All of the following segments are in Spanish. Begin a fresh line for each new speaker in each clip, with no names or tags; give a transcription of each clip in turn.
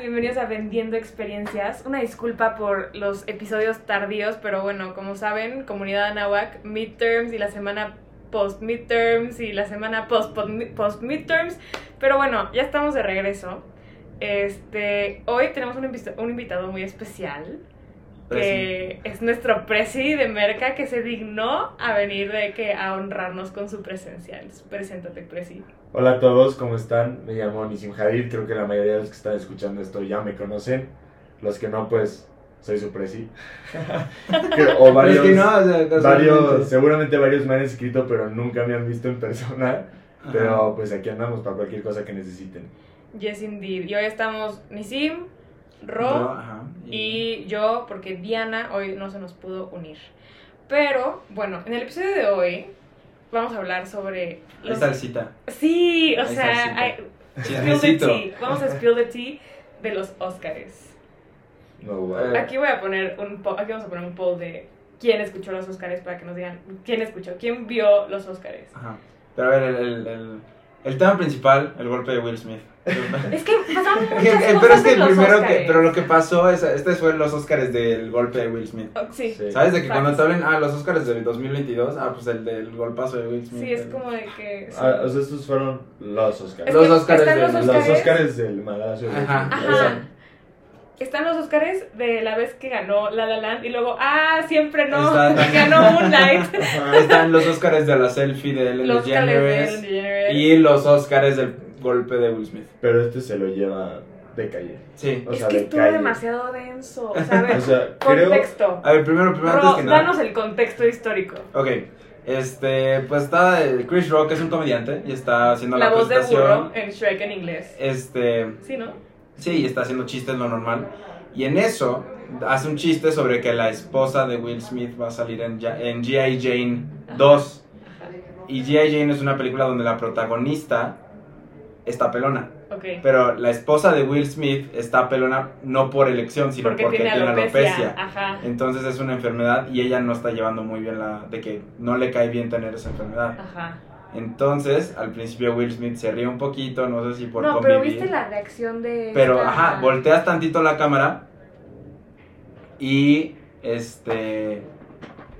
bienvenidos a Vendiendo Experiencias. Una disculpa por los episodios tardíos, pero bueno, como saben, comunidad Anahuac, midterms y la semana post midterms y la semana post post midterms. Pero bueno, ya estamos de regreso. Este, hoy tenemos un, invis- un invitado muy especial que es nuestro presi de Merca que se dignó a venir de que a honrarnos con su presencia. Entonces, Preséntate, presi.
Hola a todos, ¿cómo están? Me llamo Nisim Jadir, creo que la mayoría de los que están escuchando esto ya me conocen. Los que no, pues, soy su presi. Que- o
Pero es
varios,
que no, o sea, casualmente.
varios, seguramente varios me han escrito, pero nunca me han visto en persona.
Ajá.
Pero pues aquí andamos para cualquier cosa que necesiten.
Yes, indeed. Y hoy estamos Nisim,
Ro,
Ro
ajá,
y yo, porque Diana hoy no se nos pudo unir. Pero bueno, en el episodio de hoy vamos a hablar sobre.
Hay salsita.
Sí, o
Hay
sea,
salsita.
hay- spill the
Chismecito.
tea. Vamos a spill the tea de los Oscars. Ah,
No, wow.
Aquí voy a poner un po- aquí vamos a poner un poll de quién escuchó los Oscars para que nos digan quién escuchó, quién vio los Oscars.
Ajá. Pero a ver, el, el, el, el tema principal, el golpe de Will Smith.
Es que pasaron muchas cosas
Que- eh, pero es que
en los
primero que,
Óscares.
pero lo que pasó es, este fue los Óscares del golpe de Will Smith.
Oh, sí.
Sí.
¿Sabes? De que cuando
Facts.
te hablen, ah, los Óscares del 2022, ah, pues el del golpazo de Will Smith.
Sí, es
el-
como de que sí.
Ah, o sea, estos fueron los Oscars.
Es
los
que
Óscares
están
de-
los
los
Los,
Óscares.
Óscares del madrazo.
Ajá.
Ajá. Están los Óscares de la vez que ganó La La Land y luego, ah, siempre no,
Exacto.
ganó Moonlight.
Ajá. Están los Óscares de la selfie de Ellen
los Óscares de Ellen
DeGeneres
DeGeneres.
y los Óscares del golpe de Will Smith.
Pero este se lo lleva de calle.
Sí.
o
es
sea,
que
de
estuvo
calle.
demasiado denso, o sea, a ver,
O sea, creo...
contexto.
A ver, primero, primero, antes
Ro,
que nada.
danos el contexto histórico.
Ok, este, pues está el Chris Rock, es un comediante y está haciendo la,
la voz de burro
presentación.
en Shrek en inglés.
Este,
Sí, ¿no?
sí, y está haciendo chistes lo normal. Y en eso hace un chiste sobre que la esposa de Will Smith va a salir en, Ya- en G.I. Jane 2. Y G.I. Jane es una película donde la protagonista está pelona.
Ok.
Pero la esposa de Will Smith está pelona no por elección, sino porque,
porque, tiene alopecia. Ajá.
Entonces es una enfermedad y ella no está llevando muy bien la... de que no le cae bien tener esa enfermedad.
Ajá.
Entonces, al principio Will Smith se ríe un poquito, no sé si por
no,
convivir.
pero viste la reacción de.
Pero,
esta-
ajá, volteas tantito la cámara y, este,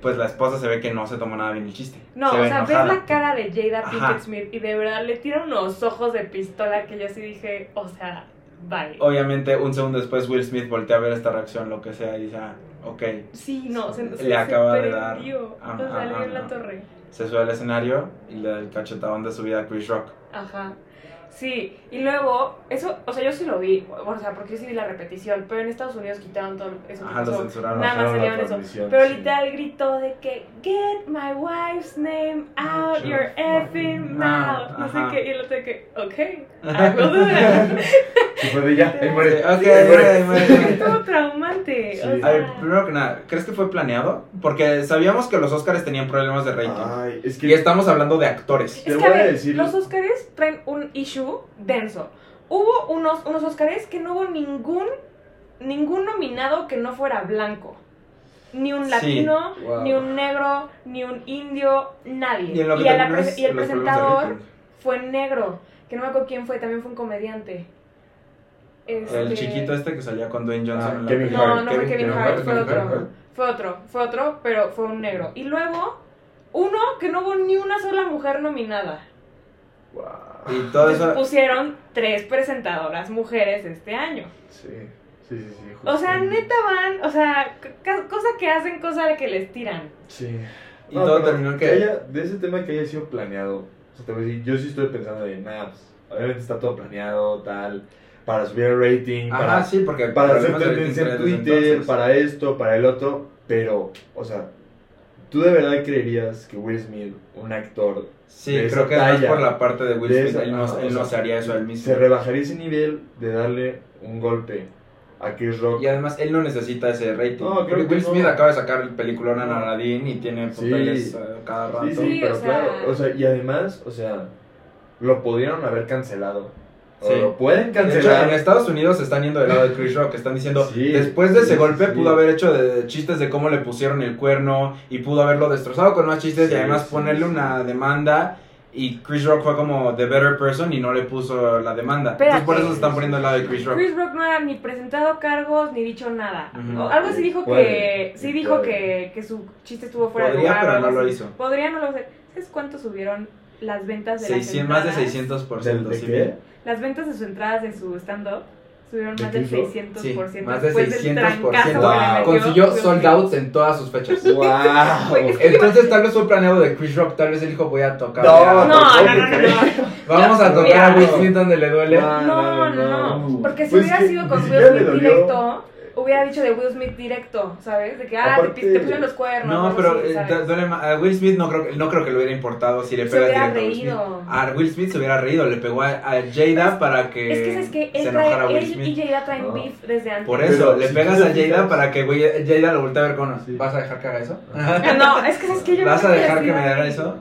pues la esposa se ve que no se tomó nada bien el chiste.
No,
Se
o
ve
sea,
enojada.
ves la cara de Jada
Ajá.
Pinkett Smith y de verdad le tira unos ojos de pistola que yo sí dije, o sea, bye.
Obviamente, un segundo después Will Smith voltea a ver esta reacción, lo que sea, y dice, ah, ok.
Sí, no, se,
Le
se- se
acaba de dar.
prendió.
Ajá,
o sea, le dio en la
ajá.
torre.
Se sube al escenario y le da el cachetadón de su vida a Chris Rock.
Ajá. Sí, y luego, eso, o sea, yo sí lo vi, o sea, porque yo sí vi la repetición, pero en Estados Unidos quitaron todo eso. que
Ajá, lo
pasó.
censuraron.
Nada más
Bajaron la
salieron eso.
transmisión,
Pero
sí.
literal gritó de que Get my wife's name out
Out
your
your
effing
fucking
mouth.
mouth.
No sé
Ajá.
qué. Y el otro de que, ok, I will do that.
Y fue de ya, ahí
Sí,
muere.
ok,
ahí muere.
ahí muere.
Todo traumante.
Sí.
O
A ver,
sea,
primero que nada, ¿crees que fue planeado? Porque sabíamos que los Oscars tenían problemas de rating.
Ay, es que
Y estamos hablando de actores.
te
es que
voy
a
a
ver,
decir-
los Óscares traen un issue denso. Hubo unos, unos Óscares que no hubo ningún, ningún nominado que no fuera blanco. Ni un
Sí.
latino,
Wow.
ni un negro, ni un indio, nadie.
Y en lo que
a la
terminó
pre-
es
y el
los problemas de
presentador
rating.
fue negro, que no me acuerdo quién fue, también fue un comediante. Este-
El chiquito este que salía con Dwayne Johnson.
Ah,
en la
Kevin
película.
No, no fue Kevin Hart, fue
Kevin Hart,
otro. Fue otro, fue otro, pero fue un negro. Y luego, uno que no hubo ni una sola mujer nominada.
Guau,
Y todo
Entonces
eso.
pusieron tres presentadoras mujeres este año.
Sí, sí, sí, sí, justo.
O sea, neta van, o sea, c- ca- cosa que hacen, cosa que les tiran.
Sí.
Y
No,
todo
pero
terminó
que
que.
haya- de ese tema que haya sido planeado, o sea, te voy a decir, yo sí estoy pensando de, nada, pues, obviamente está todo planeado, tal, para subir el rating,
Ajá,
para,
sí, porque.
para hacer
problemas de
tendencia en
rating
Twitter,
desde entonces.
para esto, para el otro, pero, o sea, ¿tú de verdad creerías que Will Smith, un actor,
Sí,
de
creo
esa
que más
talla,
por la parte de Will
de
Smith.
esa-
Él no,
ajá,
él
o
no
sea,
se haría eso él mismo.
se rebajaría ese nivel de darle un golpe a Chris Rock?
Y además, él no necesita ese rating.
No,
Porque
creo que
Will
no.
Smith acaba de sacar el peliculón en Aladdin y tiene
Sí.
papeles eh, cada rato.
Sí, sí,
Sí,
pero
o sea-
claro, o sea, y además, o sea, lo pudieron haber cancelado. O
Sí.
lo
De
pueden
hecho, en
cancelar.
Estados Unidos se están yendo del lado de Chris Rock, están diciendo,
Sí,
después de
sí,
ese
sí,
golpe
sí.
pudo haber hecho de, de chistes de cómo le pusieron el cuerno y pudo haberlo destrozado con más chistes y
Sí,
además
sí,
ponerle
sí.
una demanda Y Chris Rock fue como The Better Person y no le puso la demanda. Entonces por
Espérate.
eso se están poniendo al lado de Chris Rock.
Chris Rock no ha ni presentado cargos ni dicho nada.
Ujú.
O algo sí dijo
Puede,
que sí
puede.
dijo que, que su chiste estuvo fuera
Podría,
de lugar.
pero
o algo
no lo
así.
hizo.
Podría no lo hacer. ¿Sabes cuánto subieron las ventas de
600, más
las
de
entradas?
600%.
¿Del de
sí.
qué?
Las ventas de sus entradas de su stand-up subieron
¿De
más del
Chris Rock?
600%.
Sí, más de
después del
600%.
trancazo que le
Wow.
metió.
Consiguió
Dios
sold
mío.
outs en todas sus fechas.
¡Wow!
Entonces tal vez fue planeado de Chris Rock, tal vez él dijo voy a tocar.
No, no, no, no, no.
Vamos a tocar a Will Smith donde le duele.
No, no, no. Porque si
Pues
hubiera
que
sido
ni
con Will
siquiera le
Smith
dolió.
directo, hubiera dicho de Will Smith directo, ¿sabes? De que, ah, te,
Aparte-
pis- te pusieron los cuernos.
No,
algo
pero
así,
eh,
¿sabes?
da- duele más. A Will Smith no creo, que- no creo que le hubiera importado si le
Se
pegas
hubiera
directo a Will Smith.
reído.
A Will Smith se hubiera reído, le pegó a, a Jada para que,
Es que sabes que
se
él,
enojara a
trae,
Will
él y
Smith.
Jada traen
No.
beef desde antes.
Por eso,
Pero
le
si
pegas
tú
a
te
Jada
fijas-
para que güey, Jada lo voltee a ver con.
Sí.
¿Vas a dejar que haga eso?
No, es que sabes que yo
¿Vas
no
a
creo
dejar
haya
que me
sido
haga
él.
eso?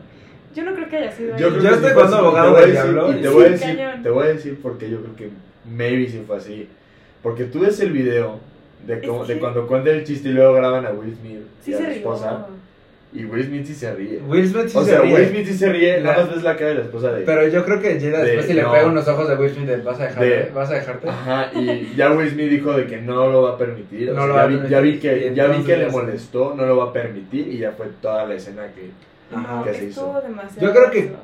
Yo no creo que haya sido
Yo
él.
creo
Yo
que
estoy
sí fue
jugando
así,
abogado
te voy
del
a decir-
diablo.
y Te voy, a
Sí,
decir,
cañón.
te voy a decir porque yo creo que maybe sí fue así. Porque tú ves el video de, cómo-
Es
de
que-
cuando cuenta el chiste y luego graban a Will Smith
Sí
y a
se
la
rió.
esposa. Y Will Smith sí se ríe.
Will Smith sí
o
se
sea,
ríe,
Will Smith sí se ríe, nada
La-
más ves la cara de la esposa de
Pero yo creo que Jada
De-
después si le
no.
pega unos ojos de Will Smith de, vas a dejar,
De-
vas a dejarte.
Ajá, y ya Will Smith dijo de que no lo va a permitir. o
No
sea,
lo
ya,
va a
vi, ya vi
permitir,
que,
y
ya vi que
entonces
le
ya se-
molestó, no lo va a permitir y ya fue toda la escena que...
Ajá.
No,
¿Qué se
estuvo
hizo?
demasiado
Yo creo que-
gracioso.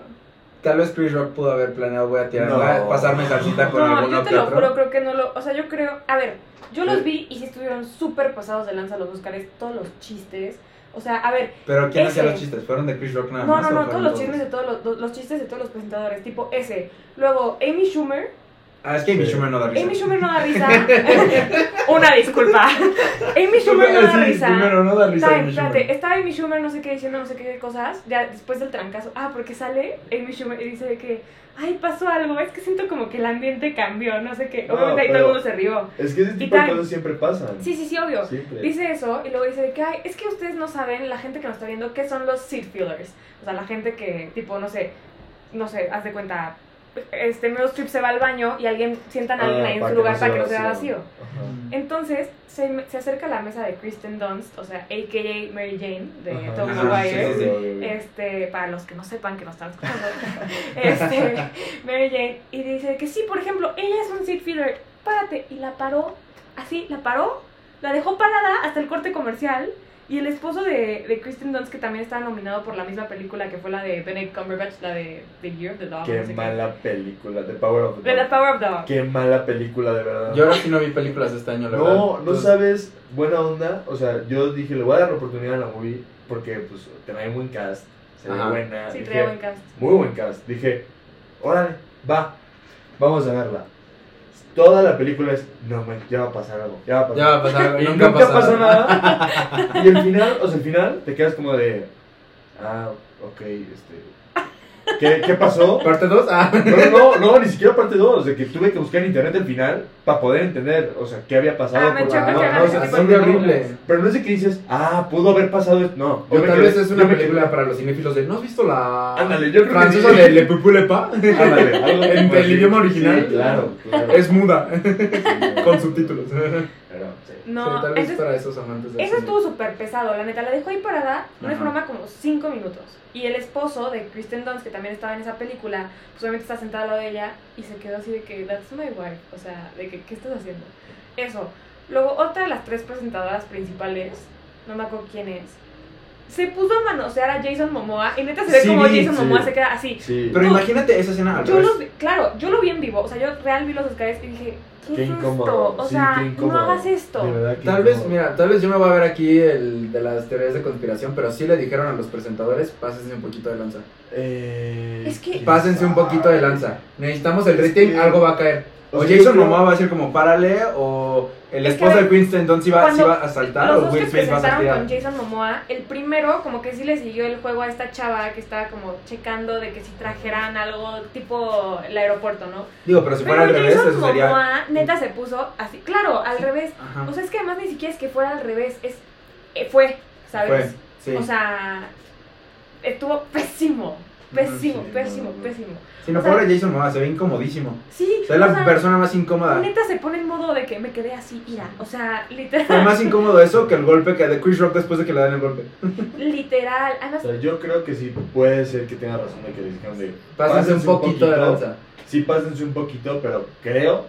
Tal vez Chris Rock pudo haber planeado voy a tirarla,
No.
pasarme salsita con
No,
alguno
yo te
que
lo
otro.
juro, creo que no lo. O sea, yo creo. A ver, yo
Sí.
los vi y sí estuvieron súper pasados de lanza los Óscares, todos los chistes. O sea, a ver,
Pero ¿quién hacía
Ese.
los chistes? ¿Fueron de Chris Rock nada
no,
más?
no,
o
no, todos
fueron
los chismes de todos los, los chistes de todos los presentadores, tipo ese. Luego, Amy Schumer.
Ah, es que Amy
Sí.
Schumer no da risa.
Amy Schumer no da risa. Una disculpa. Amy Schumer no da
Sí,
risa.
Primero, no da risa
Estaba,
Amy
espérate,
Schumer.
estaba Amy Schumer, no sé qué diciendo, no sé qué cosas. Ya después del trancazo, ah, porque sale Amy Schumer y dice de que, ay, pasó algo, es que siento como que el ambiente cambió, no sé qué.
No,
Obviamente ahí todo
pero-
el mundo se rió.
Es que ese tipo
tan-
de cosas siempre pasan. pues.
Sí, sí, sí, obvio.
Siempre.
Dice eso y luego dice de que, ay, es que ustedes no saben, la gente que nos está viendo, qué son los seat fillers. O sea, la gente que, tipo, no sé, no sé, haz de cuenta, este Meryl Streep se va al baño y alguien sientan a alguien
Ah,
ahí en
para
su
que
lugar
no
para
sea
que no sea
vacío.
vacío.
Ajá.
Entonces se, se acerca a la mesa de Kristen Dunst, o sea, a.k.a. Mary Jane de
Ajá.
Tom
Ajá,
Maguire.
Ah, sí, sí, sí.
Este, para los que no sepan que no están escuchando, este, Mary Jane, y dice que sí, por ejemplo, ella es un seat filler, párate, y la paró, así, la paró, la dejó parada hasta el corte comercial, y el esposo de, de Kristen Dunst, que también estaba nominado por la misma película que fue la de Benedict Cumberbatch, la de The Year of the Dog, no
Qué
sé qué.
mala película, The Power of the
De
Dog.
The Power of the Dog.
Qué mala película, de verdad.
Yo ahora sí no vi películas de este año, la verdad.
no, no
Entonces,
sabes, buena onda. O sea, yo dije, le voy a dar la oportunidad a la movie porque, pues, tenía un buen cast, se ve
Ajá.
buena.
Sí,
dije,
traía buen cast.
Muy buen cast. Dije, órale, va, vamos a verla. Toda la película es, no, man, ya va a pasar algo, ya va a pasar
Ya va a pasar algo,
Y
nunca, pasa nada.
nada. y el final, o sea, el final te quedas como de, ah, ok, este, ¿qué, qué pasó?
Parte 2, ah.
No, no, no, ni siquiera parte 2, de que tuve que buscar en internet el final para poder entender, o sea, qué había pasado.
Ah, me
por
choca
la-
que
no,
hagan
no, o
ese
sea,
tipo
sí,
de
no, no.
horrible.
Pero no es de que dices, ah, pudo haber pasado esto. No,
O
me
tal
quedé-
vez es una
yo me quedé-
película para los cinéfilos de, ¿no has visto la
Ándale, yo creo que
francesa
sí.
de Le Pupulepa?
Ándale, algo
En
tipo
el
así.
idioma original.
Sí, claro, claro.
Es muda,
Sí,
con subtítulos. Sí,
Pero, sí.
No,
tal vez
entonces
para esos amantes de
Eso estuvo súper pesado, la neta. La dejó ahí parada, no es
Ajá.
broma, como 5 minutos. Y el esposo de Kristen Dunst, que también estaba en esa película, pues obviamente está sentado al lado de ella y se quedó así de que, that's my wife. O sea, de que, ¿qué estás haciendo? Eso. Luego, otra de las tres presentadoras principales, no me acuerdo quién es, se puso a manosear a Jason Momoa y neta se ve
Sí,
como
vi,
Jason
sí.
Momoa se queda así.
Sí.
Pero imagínate esa escena al
Yo
revés.
lo vi- claro, yo lo vi en vivo, o sea, yo real vi los Oscars y dije, ¿qué,
Qué
es
incómodo.
esto? O
sí,
sea,
qué incómodo.
no hagas esto.
De verdad, qué
Tal vez,
incómodo.
mira, tal vez yo me voy a ver aquí el de las teorías de conspiración, pero sí le dijeron a los presentadores, pásense un poquito de lanza.
Eh,
Es que-
quién
Pásense un
sabe.
poquito de lanza. Necesitamos el
Es
rating,
que-
algo va a caer.
O
O sea,
Jason
yo creo-
Momoa va a ser como párale, o el
Es que
esposo
a ver,
de Winston Entonces iba,
cuando
sí va a saltar,
Los
o
dos que
Will Smith va a
presentaron
saltar.
con Jason Momoa, el primero como que sí le siguió el juego a esta chava que estaba como checando de que si trajeran algo tipo el aeropuerto, ¿no?
Digo, pero si fuera al
Pero
revés,
Jason
eso sería.
Momoa neta se puso así, claro, al revés.
Ajá.
O sea, es que además ni siquiera es que fuera al revés, es eh, fue,
Fue,
¿sabes?
sí.
O sea, estuvo pésimo. Pésimo,
Sí, no,
pésimo,
no.
pésimo.
Si no,
O sea-
pobre Jason Momoa, se ve incomodísimo.
Sí,
O sea, es
o
la
sea,
persona más incómoda.
neta se pone en modo de que me quedé así, ira. O sea,
Fue
literal.
más incómodo eso que el golpe que de Chris Rock después de que le dan el golpe.
literal.
O
Además,
sea, yo creo que sí, puede ser que tenga razón de que le dijeron de...
Pásense un poquito de lanza.
Sí, pásense un poquito, pero creo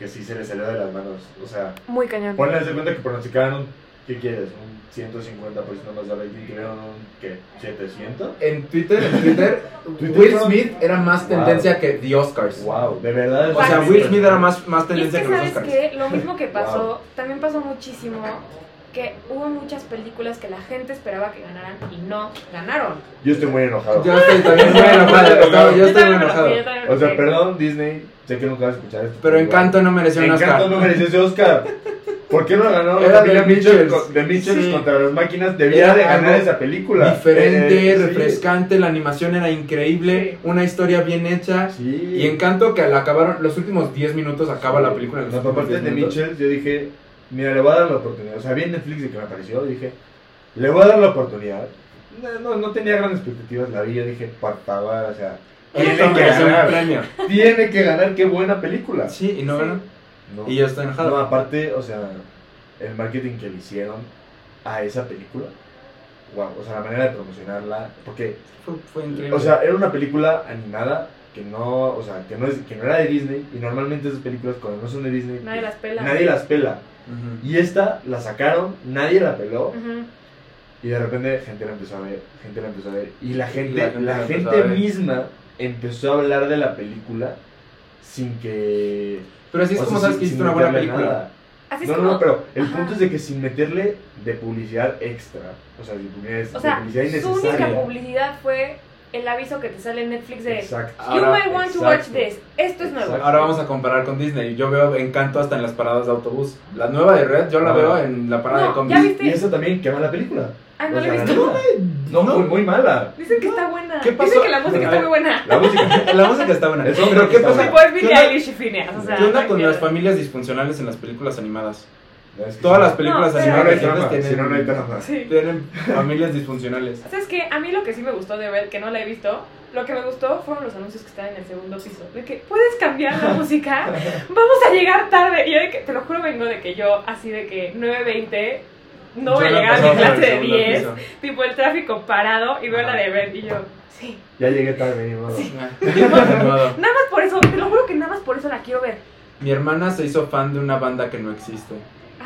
que sí se le salió de las manos. O sea,
muy cañón.
ponles de cuenta que pronosticaron un... ¿Qué quieres? ¿Un 150% más de rating? Tuvieron un... ¿Qué? ¿700?
En Twitter, en Twitter,
Twitter
Will
fueron-
Smith era más
Wow.
tendencia que The Oscars.
¡Wow! De verdad...
O sea,
Exacto.
Will Smith era más,
Y
más
es
tendencia
que,
que, los
¿sabes
Oscars.
qué? Lo mismo que pasó, también pasó muchísimo que hubo muchas películas que la gente esperaba que ganaran y no ganaron.
Yo estoy muy enojado.
Yo estoy también muy enojado, Gustavo, yo estoy muy
también me lo
enojado.
fui, yo también me lo
O sea,
fui.
perdón, Disney. Sé que nunca vas a escuchar esto.
Pero
igual.
Encanto no mereció un Oscar.
Encanto no mereció ese Oscar. ¿Por qué no ganó
Era
la película
de
Mitchell
Mitchells.
con- de Mitchell
Sí.
contra las máquinas? Debía
Era
de ganar
algo
esa película.
Diferente,
Eh, sí.
refrescante, la animación era increíble, una historia bien hecha.
Sí.
Y Encanto que la acabaron, los últimos 10 minutos acaba la película. en los
No, por
últimos
parte
10
de
minutos.
Mitchell, yo dije, mira, le voy a dar la oportunidad. O sea, vi en Netflix de que me apareció, dije, le voy a dar la oportunidad. No, no, no tenía grandes expectativas, la vi, yo dije, por favor, o sea, tiene
Esto
que
mereció un
ganar,
premio.
tiene que ganar, qué buena película.
Sí, y no
Sí.
ganó.
No.
Y yo estoy enojado.
No, aparte, o sea, el marketing que le hicieron a esa película, wow, o sea, la manera de promocionarla, porque,
Fue, fue increíble.
o sea, era una película animada que no, o sea, que no, es, que no era de Disney, y normalmente esas películas cuando no son de Disney, pues,
Nadie las pela.
nadie las pela.
Ujú.
Y esta la sacaron, nadie la peló,
Ujú.
y de repente gente la empezó a ver, gente la empezó a ver, y la gente,
la
la
gente la empezó
gente,
a ver.
misma empezó a hablar de la película sin que...
Pero así es
o sea,
como sabes
sin-
que hiciste
sin
una buena
meterle
película.
nada.
Así es
No, no,
como...
no, pero el
Ajá.
punto es de que sin meterle de publicidad extra, o sea, de publicidad,
o
de
sea,
publicidad
su única
innecesaria.
publicidad fue el aviso que te sale en Netflix de
Exacto.
You
Ahora,
might want to watch this. Esto es nuevo.
Exacto.
Ahora vamos a comparar con Disney. Yo veo Encanto hasta en las paradas de autobús. La nueva de Red, yo la
Ah.
veo en la parada
No,
de
¿ya
combis.
viste?
Y eso también quema la película.
Ay, no
O
lo he
sea,
visto.
No,
No.
Muy, muy mala.
Dicen que está buena.
¿Qué pasó?
Dicen que la música
A
está
ver.
muy buena.
La música.
La música está buena.
El soundtrack
Pero ¿qué
está
pasa?
bueno.
Pues
¿Qué
Billie
onda-
Eilish y Phineas, o sea...
¿Qué onda
no
con
quiero-
las familias disfuncionales en las películas animadas?
No, es que
Todas
sí.
las películas
No,
Si no,
pero-
no hay
animadas
trama.
tienen,
Si no, no hay trama.
Sí.
tienen familias disfuncionales.
¿Sabes qué? A mí lo que sí me gustó de ver, que no la he visto, lo que me gustó fueron los anuncios que estaban en el segundo piso. De que, ¿puedes cambiar la música? Vamos a llegar tarde. Y yo de que, te lo juro, vengo de que yo, así de que 9.20, no voy a
Yo la
llegar a
pasaba
mi
por el
clase de
segundo
10.
piso.
Tipo, el tráfico parado y veo la
Ajá.
de ver. Y yo, sí.
Ya llegué tarde, ni modo.
Ah, bien continuado.
Nada más por eso, te lo juro que nada más por eso la quiero ver.
Mi hermana se hizo fan de una banda que no existe.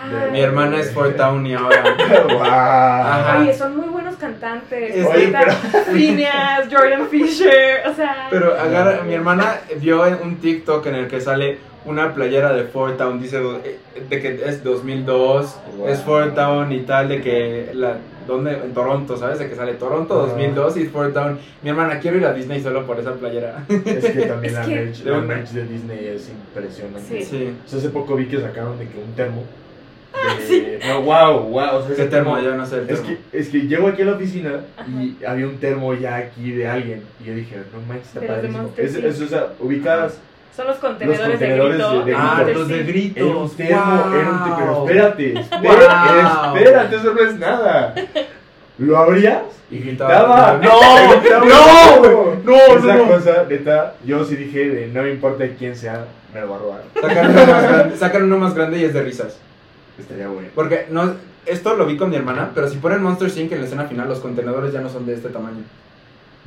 Ay.
Mi hermana es Fort Downey ahora.
Wow.
Ajá.
Oye, son muy buenos cantantes.
Este-
Oye,
Oye, pero-
Phineas, Jordan Fisher, o sea...
Pero agarra, mi hermana vio en un TikTok en el que sale una playera de Fort Town, dice do- eh, de que es 2002,
Wow.
es Fort Town y tal, de que la, ¿dónde? En Toronto, ¿sabes? De que sale Toronto
Ajá.
2002 y Fort Town. Mi hermana, quiero ir a Disney solo por esa playera.
Es que también
Es
la,
que-
merch, la merch de Disney es impresionante.
Sí.
Sí.
O sea, hace poco vi que sacaron de que un termo. De... No, wow, wow. O sea,
Ese
ese
termo, yo no sé el
Es
termo.
que, es que llego aquí a la oficina
Ajá.
y había un termo ya aquí de alguien. Y yo dije, no manches, está
De los de
padrísimo.
Monster
Es,
Inc.
es, o sea, ubicadas.
Son los contenedores,
contenedores
de grito.
de- de
ah,
gritos.
los de gritos.
Era un termo, era un termo. Pero
Wow.
espérate, espérate,
Wow.
espérate, eso no es nada. Lo abrías y
Gritaba.
gritaba.
¡No!
Gritaba.
¡No! ¡No, no,
Esa
no!
cosa, neta, yo sí dije, de, no me importa quién sea, me lo va a robar.
Sacaron uno, más grande, sacaron uno más grande y es de risas.
Estaría bueno.
Porque no, esto lo vi con mi hermana, pero si ponen Monster Inc. en la escena final, los contenedores ya no son de este tamaño.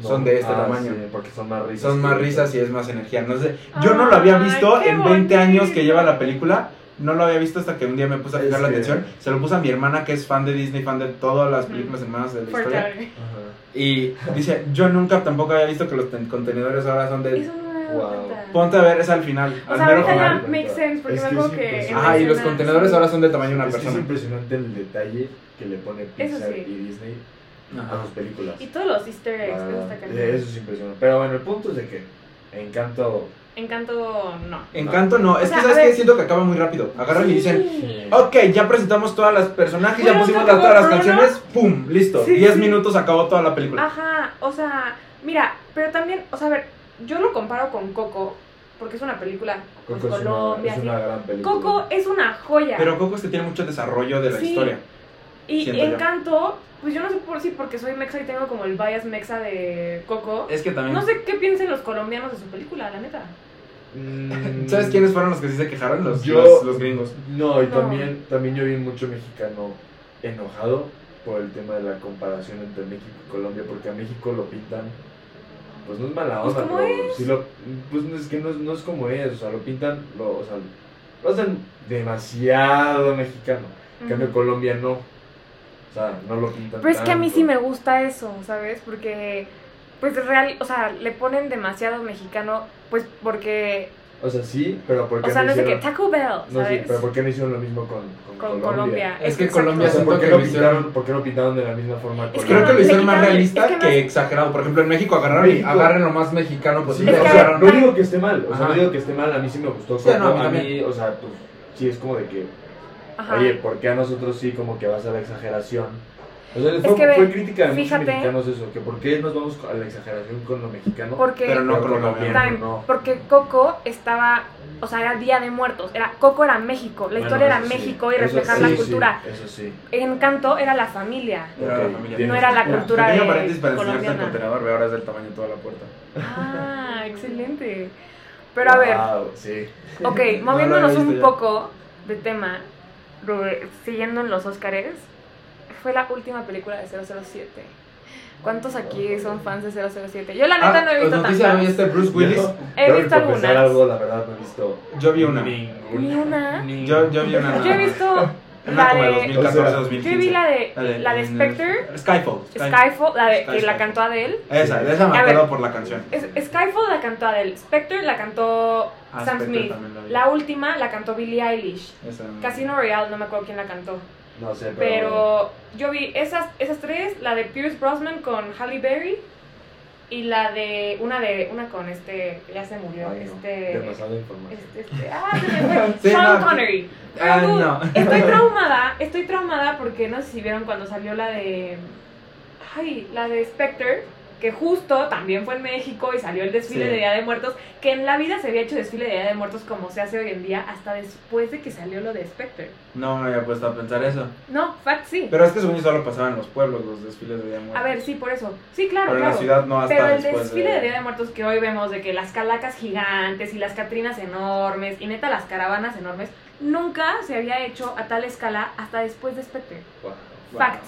Son de este
Ah,
tamaño.
sí, porque son más risas.
Son más
que-
risas y es más energía. No sé, yo no lo había
Ay,
visto
qué
en 20 años
bonito.
que lleva la película. No lo había visto hasta que un día me puse a
Es
fijar la
que-
atención. Se lo puse a mi hermana que es fan de Disney, fan de todas las
Ujú.
películas hermanas de la
Fort
historia.
Town.
Ajá.
Y dice, yo nunca tampoco había visto que los ten- contenedores ahora son de...
Eso no me había dado
Wow.
cuenta.
Ponte a ver, es al final.
O
Al
sea,
mero
ahorita ya
final.
makes sense porque
Es
me
que
acuerdo
pues, es
que. en
impresionante.
Ajá, y los
escenas-
contenedores ahora son del tamaño de una
Es que es
persona.
impresionante el detalle que le pone Pixar
sí.
y Disney a
Ajá.
sus películas.
Y todos los Easter eggs.
Ah,
eso está cañón.
eso es impresionante. Pero bueno, el punto es de que Encanto.
Encanto, no.
Encanto no, es
O sea,
que
a
sabes que
ver.
siento que acaba muy rápido. Agarran y dicen,
Sí.
ok, ya presentamos todas las personajes, ya
Bueno,
pusimos
se
las-
acabó
todas las
Bruno.
canciones, pum, listo.
Sí, Ah,
10
sí.
minutos acabó toda la película.
Ajá, o sea, mira, pero también, o sea, a ver, yo lo comparo con Coco porque es una película. Pues
Coco es una,
Colombia,
es
sí.
una gran película.
Coco es una joya.
Pero Coco es que tiene mucho este desarrollo de la
Sí.
historia.
Y,
Siento
y
yo.
Encanto, pues yo no sé por si porque soy mexa y tengo como el bias mexa de Coco.
Es que también.
No sé qué piensen los colombianos de su película, la neta.
Mm,
¿Sabes quiénes fueron los que sí se quejaron? Los,
Yo-
los, los gringos.
No, y
No.
También, también yo vi mucho mexicano enojado por el tema de la comparación entre México y Colombia, porque a México lo pintan, pues no es mala
Pues
onda,
como
pero sí lo, pues no es que no, es- no es como es, o sea, lo pintan, lo, o sea, lo hacen demasiado mexicano. En cambio,
Ujú.
Colombia no. O sea, no lo pintan.
Pero es que a mí
tanto.
sí me gusta eso, ¿sabes? Porque, pues real, o sea, le ponen demasiado mexicano, pues porque,
O sea, sí, pero porque
o sea, no sé qué,
hicieron,
Taco Bell,
no, sí,
¿sabes?
pero ¿por qué no hicieron lo mismo con, con,
Con
Colombia?
Colombia.
Es que
Exacto.
O
Colombia
sea,
siento
¿por
que
qué, lo
lo
pintaron,
hicieron.
¿por qué lo pintaron de la misma forma
Es que
Colombia?
Creo que lo hicieron
Le
más
quitaron-
realista
es que
que,
más-
exagerado. Por ejemplo, en México agarraron y
México.
agarren lo más mexicano pues,
Sí,
posible.
Es
o
que-
sea,
agarraron-
no digo que esté mal, o sea,
Ajá.
no digo que esté mal, a mí sí me gustó
Sí, no, a
Coco,
mí
a mí,
también.
o sea, pues sí es como de que,
Ajá.
oye, ¿por qué a nosotros sí como que vas a la exageración? O sea,
Es
fue,
que ve,
fue crítica de muchos
fíjate.
mexicanos eso, que por qué nos vamos a la exageración con lo mexicano,
Porque,
Pero no
pero
con lo
colombiano,
Time,
no.
porque Coco estaba, o sea, era Día de Muertos, era Coco era México, la
Bueno,
historia era
eso sí,
México y
eso
reflejar
sí,
la
sí,
cultura.
eso sí.
Encanto era la familia.
Era la
Ok,
familia.
tienes
No era la
razón.
cultura.
Pequeño
de
paréntesis para enseñarte el
colombiana.
contenedor, ve ahora es del tamaño de toda la puerta.
Ah, excelente. Pero a ver,
Wow, sí.
Ok,
No,
moviéndonos
lo he
un
visto ya.
poco de tema, Robert, siguiendo en los Óscares, fue la última película de 007. ¿Cuántos aquí son fans de 007? Yo la neta
Ah,
no he
pues
visto
noticia de
tantas.
este Bruce Willis.
Yo
He
tengo que
visto
confesar
algunas.
algo, la verdad, no he visto
Yo vi una.
Ni una.
Yo, yo vi una.
Yo he visto
Una
la
como de
de...
2014,
Yo
2015.
vi la de,
Dale,
la de
en-
Spectre,
Skyfall.
Skyfall, la de, que
Sky-
la cantó Adele.
Esa, de esa me
A ver.
acuerdo por la canción.
Es- Skyfall la cantó Adele, Spectre la cantó
Ah,
Sam
Spectre
Smith,
también la vi.
la última la cantó Billie Eilish,
Esa no.
Casino Royale, no me acuerdo quién la cantó.
No sé, pero...
Pero yo vi esas, esas tres, la de Pierce Brosnan con Halle Berry y la de una de una con este ya se murió,
Ay, no,
este,
Demasiada información.
este este ah, se me fue,
Sí,
Sean
no,
Connery.
Ah,
Pero,
no.
Estoy traumada, estoy traumada porque no sé si vieron cuando salió la de ay, la de Spectre que justo también fue en México y salió el desfile
Sí.
de Día de Muertos, que en la vida se había hecho desfile de Día de Muertos como se hace hoy en día, hasta después de que salió lo de Spectre.
No me había puesto a pensar eso.
No, fact sí.
Pero es que según yo solo pasaban en los pueblos los desfiles de Día de
A
Muertos.
ver, sí, por eso. Sí, claro,
Pero en
claro.
la ciudad no hasta
Pero el
después
desfile de... Día de Muertos que hoy vemos, de que las calacas gigantes y las catrinas enormes y neta las caravanas enormes, nunca se había hecho a tal escala hasta después de Spectre.
Wow.
Wow.
Fact,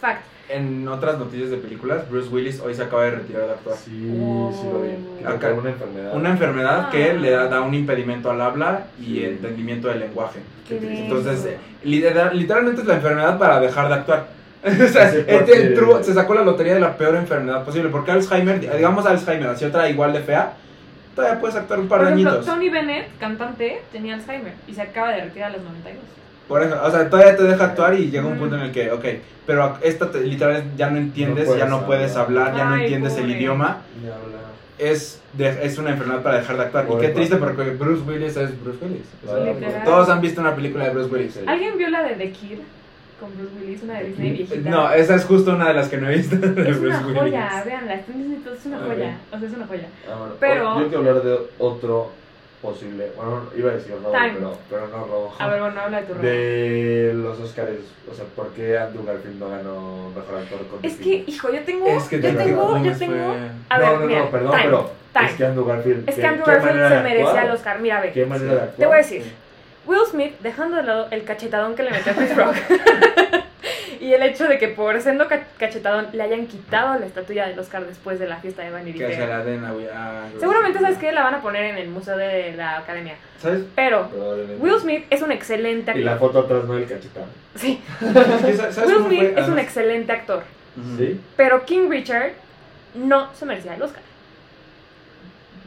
fact.
En otras noticias de películas, Bruce Willis hoy se acaba de retirar de actuar.
Sí,
Wow.
sí lo vi. Creo que
Acá-
una enfermedad.
Una enfermedad
Ah.
que le da, da un impedimento al habla y
Sí.
entendimiento del lenguaje.
Qué
triste.
bien.
Entonces, eh, lidera- literalmente es la enfermedad para dejar de actuar. o sea,
Sí,
este
porque-
entró- se sacó la lotería de la peor enfermedad posible. Porque Alzheimer, digamos Alzheimer, así otra igual de fea, todavía puedes actuar un par
Por
de
ejemplo,
añitos.
Tony Bennett, cantante, tenía Alzheimer y se acaba de retirar a los 92.
Por eso, o sea, todavía te deja actuar y llega un punto en el que, ok, pero ac- esta te- literal ya no entiendes,
No
ya
puedes
no puedes hablar,
hablar.
ya no
Ay,
entiendes el
pobre.
idioma.
Ni hablar.
Es, de- es una enfermedad para dejar de actuar. Y
Pobre
qué triste
papá.
porque Bruce Willis es Bruce Willis. O sea,
Literal.
Todos han visto una película de Bruce Willis.
¿Alguien vio la de The Kid con Bruce Willis, una de Disney viejita?
No, esa es justo una de las que no he visto. de
es una
Bruce Willis.
joya, veanla, está en Disney Plus, es una
Ah,
joya.
bien.
O sea, es una joya.
Ah, bueno,
Pero-
o- Yo quiero hablar de otro posible. Bueno, iba a decir robo,
Time.
pero, pero no robo.
A ver, bueno, habla de tu robo.
De los Oscars. O sea, ¿por qué Andrew Garfield no ganó mejor actor con
Es que,
The Film?
hijo, yo tengo.
Es que
yo
te
lo
tengo,
digo,
yo
es
tengo.
fue-
A
no,
ver,
no,
mira,
no, perdón,
time,
pero.
time.
Es que Andrew Garfield.
Es que
¿qué-
Andrew
qué
Garfield
manera de
se merecía
actuar?
el Oscar. Mira, ve.
Qué manera de actuar.
Te voy a decir, Will Smith, dejando de lado el cachetadón que le metió a Chris Rock y el hecho de que por siendo ca- cachetadón le hayan quitado la estatua del Oscar después de la fiesta de Vanity
Que se
Fair.
la Ah, den a Will- a Will
Seguramente,
Smith.
¿sabes qué? La van a poner en el museo de la academia.
¿Sabes?
Pero
Probablemente.
Will Smith es un excelente
Y la
actor.
foto atrás no del cachetón.
Sí,
Es que, ¿Sabes
Will
cómo fue?
Smith es un
Ah,
Además-
excelente actor.
Ujú.
Mm. ¿Sí?
Pero King Richard no se merecía el Oscar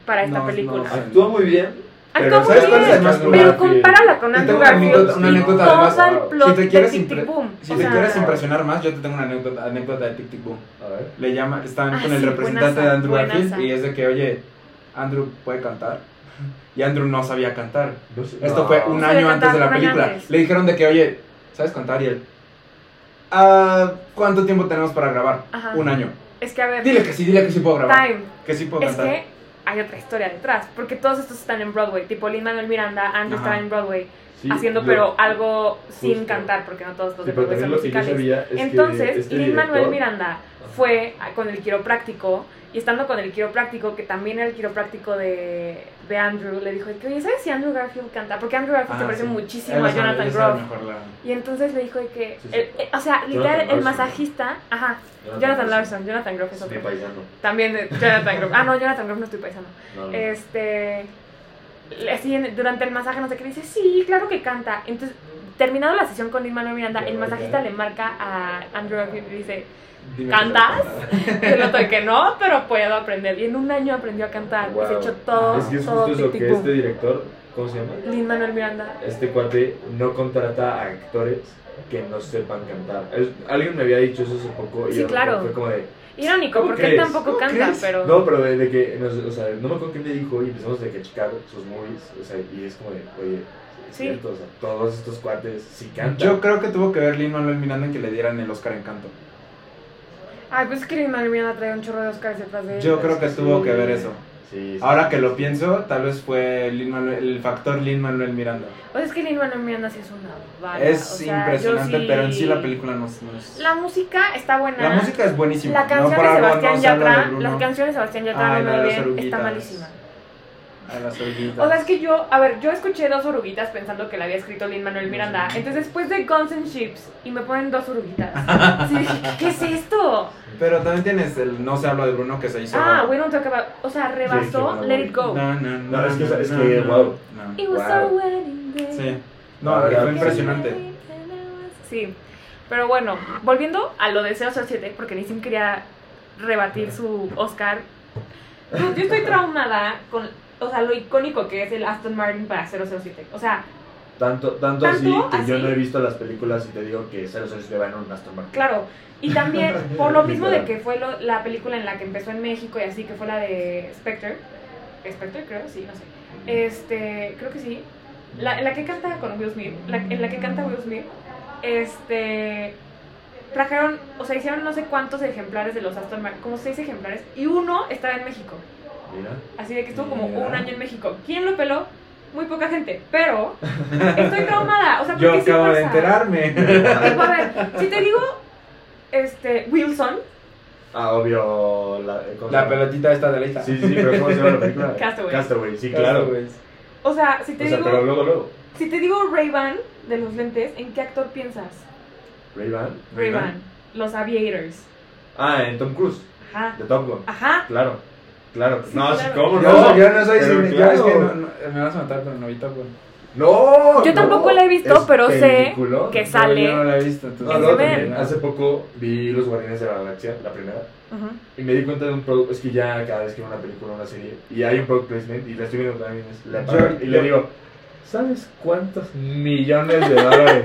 para esta
No,
película.
no.
Actúa muy bien.
Actúa muy
¿sabes cuál es
bien,
el más
Ah, pero
Garfield?
compárala con
Te
Andrew
tengo una anécdota,
Garfield.
una
y
anécdota
todo
además.
el plot
si te quieres
de Tic Tic
impre-
Boom.
Si
O
te
sea,
quieres impresionar más, yo te tengo una anécdota, anécdota de Tic Tic Boom.
A ver.
Le llama, están
Ah,
con el
sí,
representante de
buenaza,
Andrew Garfield
buenaza.
y es de que, oye, Andrew puede cantar. Y Andrew no sabía cantar.
No sé-
Esto
no.
fue un
No sabía
año
cantar,
antes de la
un año
película.
antes.
Le dijeron de que, oye, ¿sabes cantar? Y él, "Ah, ¿cuánto tiempo tenemos para grabar?
Ajá.
Un año.
Es que a ver,
Dile que sí, dile que sí puedo grabar.
Ah. Time.
Que sí puedo
Es
cantar.
que hay otra historia detrás, porque todos estos están en Broadway, tipo Lin Manuel Miranda, Andy
Ajá.
está en Broadway,
Sí,
haciendo
lo-
pero algo sin
justo.
cantar porque no todos los
Sí, pero
deportes
también
son
lo que yo
musicales.
sabía es que
Entonces,
este
Lin Manuel
director-
Miranda fue a- con el quiropráctico y estando con el quiropráctico, que también era el quiropráctico de, de Andrew, le dijo, de que, oye, ¿sabes si Andrew Garfield canta? Porque Andrew
Ah,
Ah,
Garfield se parece muchísimo a Jonathan Groff. Y entonces le dijo de que,
Sí, sí.
el- eh, o sea, literal,
Jonathan
el
Larson.
masajista, ajá, Jonathan Larson, Jonathan Groff es
Es mi
otro.
paisano.
También eh, Jonathan Groff. Ah, no, Jonathan Groff no estoy paisano.
No, no.
Este. le- Así en- durante el masaje, no sé qué, le dice, sí, claro que canta. Entonces, terminado la sesión con Lin Manuel Miranda, el masajista le marca a Andrew Garfield y le dice, ¿Cantas? el otro de que no, pero puedo aprender. Y en un año aprendió a cantar. Y se
Wow.
echó todo,
Es que es
todo
justo eso
tic,
que
tic, boom.
este director, ¿cómo se llama?
Lin Manuel Miranda.
Este cuate no contrata a actores que no sepan cantar. Es- alguien me había dicho eso hace poco y
Sí,
yo
claro.
fue como de,
Irónico,
¿Cómo
porque él
crees?
tampoco
¿Cómo
canta,
crees?
pero.
No, pero de, de que, nos- o sea, no me acuerdo quién me dijo, y empezamos de que Chicago, sus movies, o sea, y es como de, oye, es
Sí.
cierto, o sea, todos estos cuates sí cantan.
Yo creo que tuvo que ver Lin Manuel Miranda en que le dieran el Oscar Encanto.
Ay, pues es que Lin Manuel Miranda trae un chorro de Oscars detrás de él.
Yo creo que
Sí.
tuvo que ver eso.
Sí, sí.
Ahora que lo pienso, tal vez fue Lin Manuel- el factor Lin Manuel Miranda.
O sea, es que Lin Manuel Miranda sí es una bala.
es
Ah, o sea, yo
impresionante,
sí-
pero en sí la película no, es- no es.
La música está buena.
La música es buenísima.
La canción
no por
de
algo
Sebastián
no se habla
Yatra,
de Bruno.
la canción de Sebastián Yatra,
Ay,
no
la
me
de las
bien, está
oruguitas.
malísima.
A las oruguitas.
O sea, es que yo, a ver, yo escuché dos oruguitas pensando que la había escrito Lin Manuel Miranda. Entonces, después de Guns N' Ships y me ponen dos oruguitas. Sí, dije, ¿Qué es esto?
Pero también tienes el No se habla de Bruno que se hizo.
Ah, we don't talk about. O sea, rebasó
Sí, sí,
Let It Go.
No, no,
No, es que- es que, wow.
no.
It was
Wow.
our wedding day.
Sí. No,
Ah,
fue
verdad.
impresionante.
Sí. Pero bueno, volviendo a lo de 007, porque Nissim quería rebatir su Oscar. Dude, Yo estoy traumada con, o sea, lo icónico que es el Aston Martin para 007. O sea,
Tanto, tanto, así
Tanto
que yo
así.
no he visto las películas y te digo que Cero Cero se va en un Aston Martin.
claro. Y también, por lo mismo de que fue lo- la película en la que empezó en México y así, que fue la de Spectre. Spectre, creo, sí, no sé. Este, creo que sí. La, en la que canta con Will Smith, la- en la que canta Will Smith, este, trajeron, o sea, hicieron no sé cuántos ejemplares de los Aston Martin, como seis ejemplares, y uno estaba en México.
Mira.
Así de que estuvo como
Mira.
un año en México. ¿Quién lo peló? Muy poca gente, pero estoy traumada. O sea,
Yo
porque sí
acabo de
pasa.
enterarme.
A ver, a ver, si te digo, este, Wilson,
Ah, obvio, la, eh, ¿cómo se
La
llama?
pelotita esta de la hija.
Sí, sí, sí, pero ¿cómo se llama la película?
Castaway.
Castaway, sí, claro.
Güey.
o sea, si te
O sea,
digo,
pero luego, luego.
si te digo Ray-Ban de los lentes, ¿en qué actor piensas?
Ray-Ban.
Ray-Ban, los Aviators.
Ah, en Tom Cruise,
Ajá.
de Top Gun.
Ajá.
Claro, claro.
Sí,
no, sí,
claro.
¿cómo
Yo,
no?
yo no soy
Pero
cine- yo
claro.
es que no- no- me vas a matar con novita, güey.
No,
Yo tampoco
no,
la he visto,
es
pero sé
peliculón.
que-
No,
sale.
Yo no la he visto. entonces-
No, luego
se ve.
también, hace poco vi Los Guardianes de la Galaxia, la primera,
Ujú.
y me di cuenta de un producto, es que ya cada vez que veo una película o una serie, y hay un product placement, y la estoy viendo también, es la
Yo-
pago, y le
yo-
digo, ¿sabes cuántos millones de dólares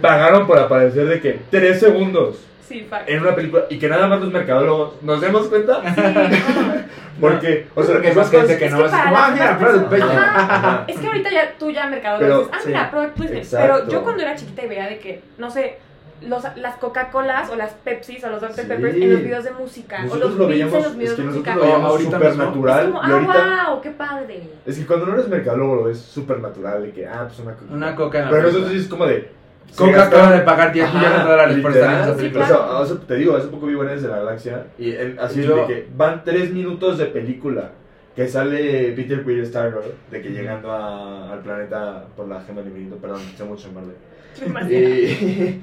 pagaron por aparecer de que tres segundos
Sí, fact.
en una película, y que nada más los mercadólogos nos demos cuenta?
Sí, no.
Porque, o
Creo
sea,
que
que
es más
más cosas
gente que
es
no
que
es como,
para
ah,
las
mira,
demás
Product
personas-
Placement.
Ajá.
Es que ahorita ya tú ya mercador
Pero,
dices, ah,
sí,
mira, product placement.
exacto.
Pero yo cuando era chiquita y veía de que, no sé, los, las Coca-Colas o las Pepsis o los Dr.
Sí.
Peppers en los videos de música.
Nosotros
o
lo
los Beats en
veíamos,
los
es
videos
que
de
nosotros
música.
lo veíamos
Ahorita
es
supernatural,
como,
y ahorita...
ah, wow, qué padre.
Es que cuando no eres mercadólogo es súper natural de que, ah, pues una coca.
Una coca en la
Pero
película.
nosotros es como de.
Coca acaba de pagar 10
Ajá,
millones de dólares por estar en
literal.
esa
Sí,
película.
O
claro.
sea, o sea, te digo, hace poco vi Guardianes de la Galaxia y en- así
Yo-
es de que van tres minutos de película que sale Peter Quill Stargirl de que llegando a- al planeta por la gema del infinito, perdón, sé mucho en Marvel.
Pues
Eh,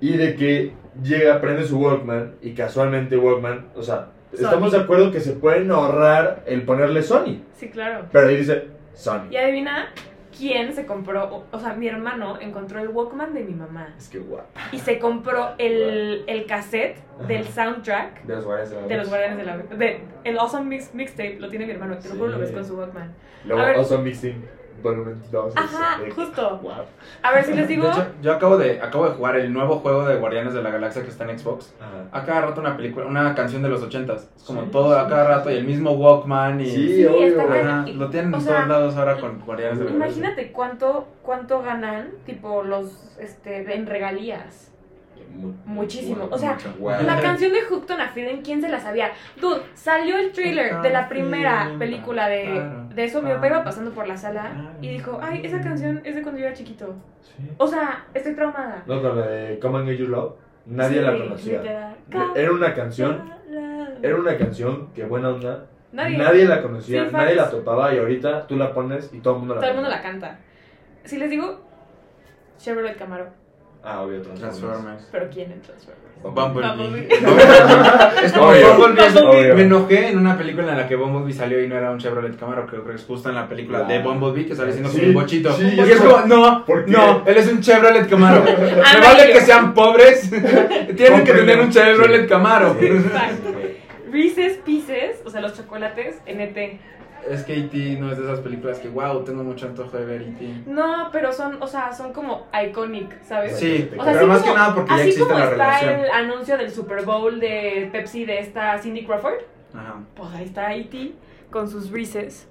Y, y de que llega, prende su Walkman y casualmente Walkman, o sea, estamos de acuerdo que se pueden ahorrar el ponerle Sony,
Sí, claro.
pero ahí dice Sony.
Y adivina quién se compró, o- o sea, mi hermano encontró el Walkman de mi mamá
Es que guau.
y se compró el, el cassette del
Ajá.
soundtrack
De los Guardianes de la
de los
Galaxia.
Guardianes de la de El Awesome Mix, Mixtape lo tiene mi hermano, te lo juro, lo
Sí.
ves con su Walkman. A ver.
Luego Awesome Mixing Volumen 2.
Ajá,
es, eh,
justo.
guau.
A ver si les digo.
De hecho, yo acabo de, acabo de jugar el nuevo juego de Guardianes de la Galaxia que está en Xbox.
Ajá.
A cada rato una película, una canción de los ochentas. Es como
Sí,
todo, a
sí,
cada
sí,
rato, y el mismo Walkman y...
Sí,
Sí, está
obvio.
cañón.
Ajá, lo tienen
O
en
sea,
todos lados ahora con Guardianes de la Galaxia.
Imagínate cuánto cuánto ganan tipo los este en regalías.
Mu-
Muchísimo.
guau,
O sea,
mucho guau.
La canción de
Ah,
Hooked on a Feeling, ¿quién se la sabía? Dude, salió el trailer de la primera película de de eso mi papá iba pasando por la
Ah.
sala y dijo, ay, esa canción es de cuando yo era chiquito. O sea, estoy traumada.
No, con la de Come and Get Your Love, nadie
Sí,
la conocía.
literal.
Le- Era una canción,
Ca-
era una canción que buena onda. Nadie,
Nadie.
la conocía,
Sí, fans.
nadie la topaba y ahorita tú la pones y todo el mundo la
Todo el mundo
conoce.
la canta. Si les digo Chevrolet Camaro,
Ah, obvio, Transformers.
Transformers.
pero ¿quién en Transformers?
Bumblebee.
Es como
Obvio.
Bumblebee es-
Obvio.
Me enojé en una película en la que Bumblebee salió y no era un Chevrolet Camaro, creo que justo en la película de Bumblebee que sale siendo como
Sí,
un bochito.
sí,
Porque
es
es como, no,
¿por qué?
no, él es un Chevrolet Camaro. Me vale
Amarillo.
que sean pobres, tienen que tener un Chevrolet Camaro.
Exacto. Reese's Pieces, o sea, los chocolates en E ET.
Es que E.T. no es de esas películas que, wow, tengo mucho antojo de ver E E.T.
No, pero son, o sea, son como iconic, ¿sabes?
Sí,
O sea,
pero
así
más
como-
que nada porque ya
así
existe
como
la
está
relación.
el anuncio del Super Bowl de Pepsi de esta Cindy Crawford,
Ajá.
pues ahí está E.T. con sus Reese's.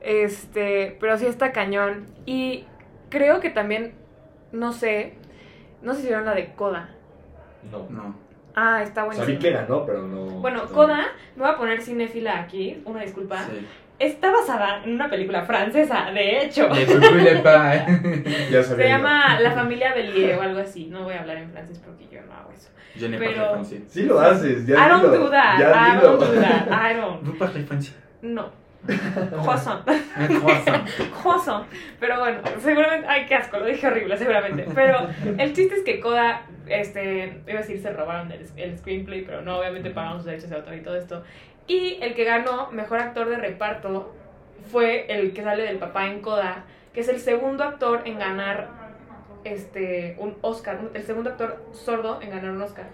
Este, pero sí está cañón. Y creo que también, no sé, no sé si vieron la de Coda.
No.
No.
Ah, está buenísima.
Sabí que ganó, pero no.
Bueno,
no.
Coda, me voy a poner cinéfila aquí, una disculpa.
Sí.
Está basada en una película francesa, de hecho.
Le pupú y le pa, eh.
Ya sabía
Se
yo.
llama La familia Bellier o algo así. No voy a hablar en francés porque yo no hago eso.
Jennifer
Pero-
Lefrancy.
Sí lo haces, ya
I don't
dilo,
do that.
Ya
I
dilo.
don't do that. I don't.
Rupert Lefrancy.
No. Croissant.
Croissant.
Croissant. Pero bueno, seguramente. Ay, qué asco, lo dije horrible, seguramente. Pero el chiste es que Coda, este, iba a decir, se robaron el, el screenplay, pero no, obviamente pagaron sus derechos de autor y todo esto. Y el que ganó mejor actor de reparto fue el que sale del papá en Coda, que es el segundo actor en ganar este un Oscar, un- el segundo actor sordo en ganar un Oscar.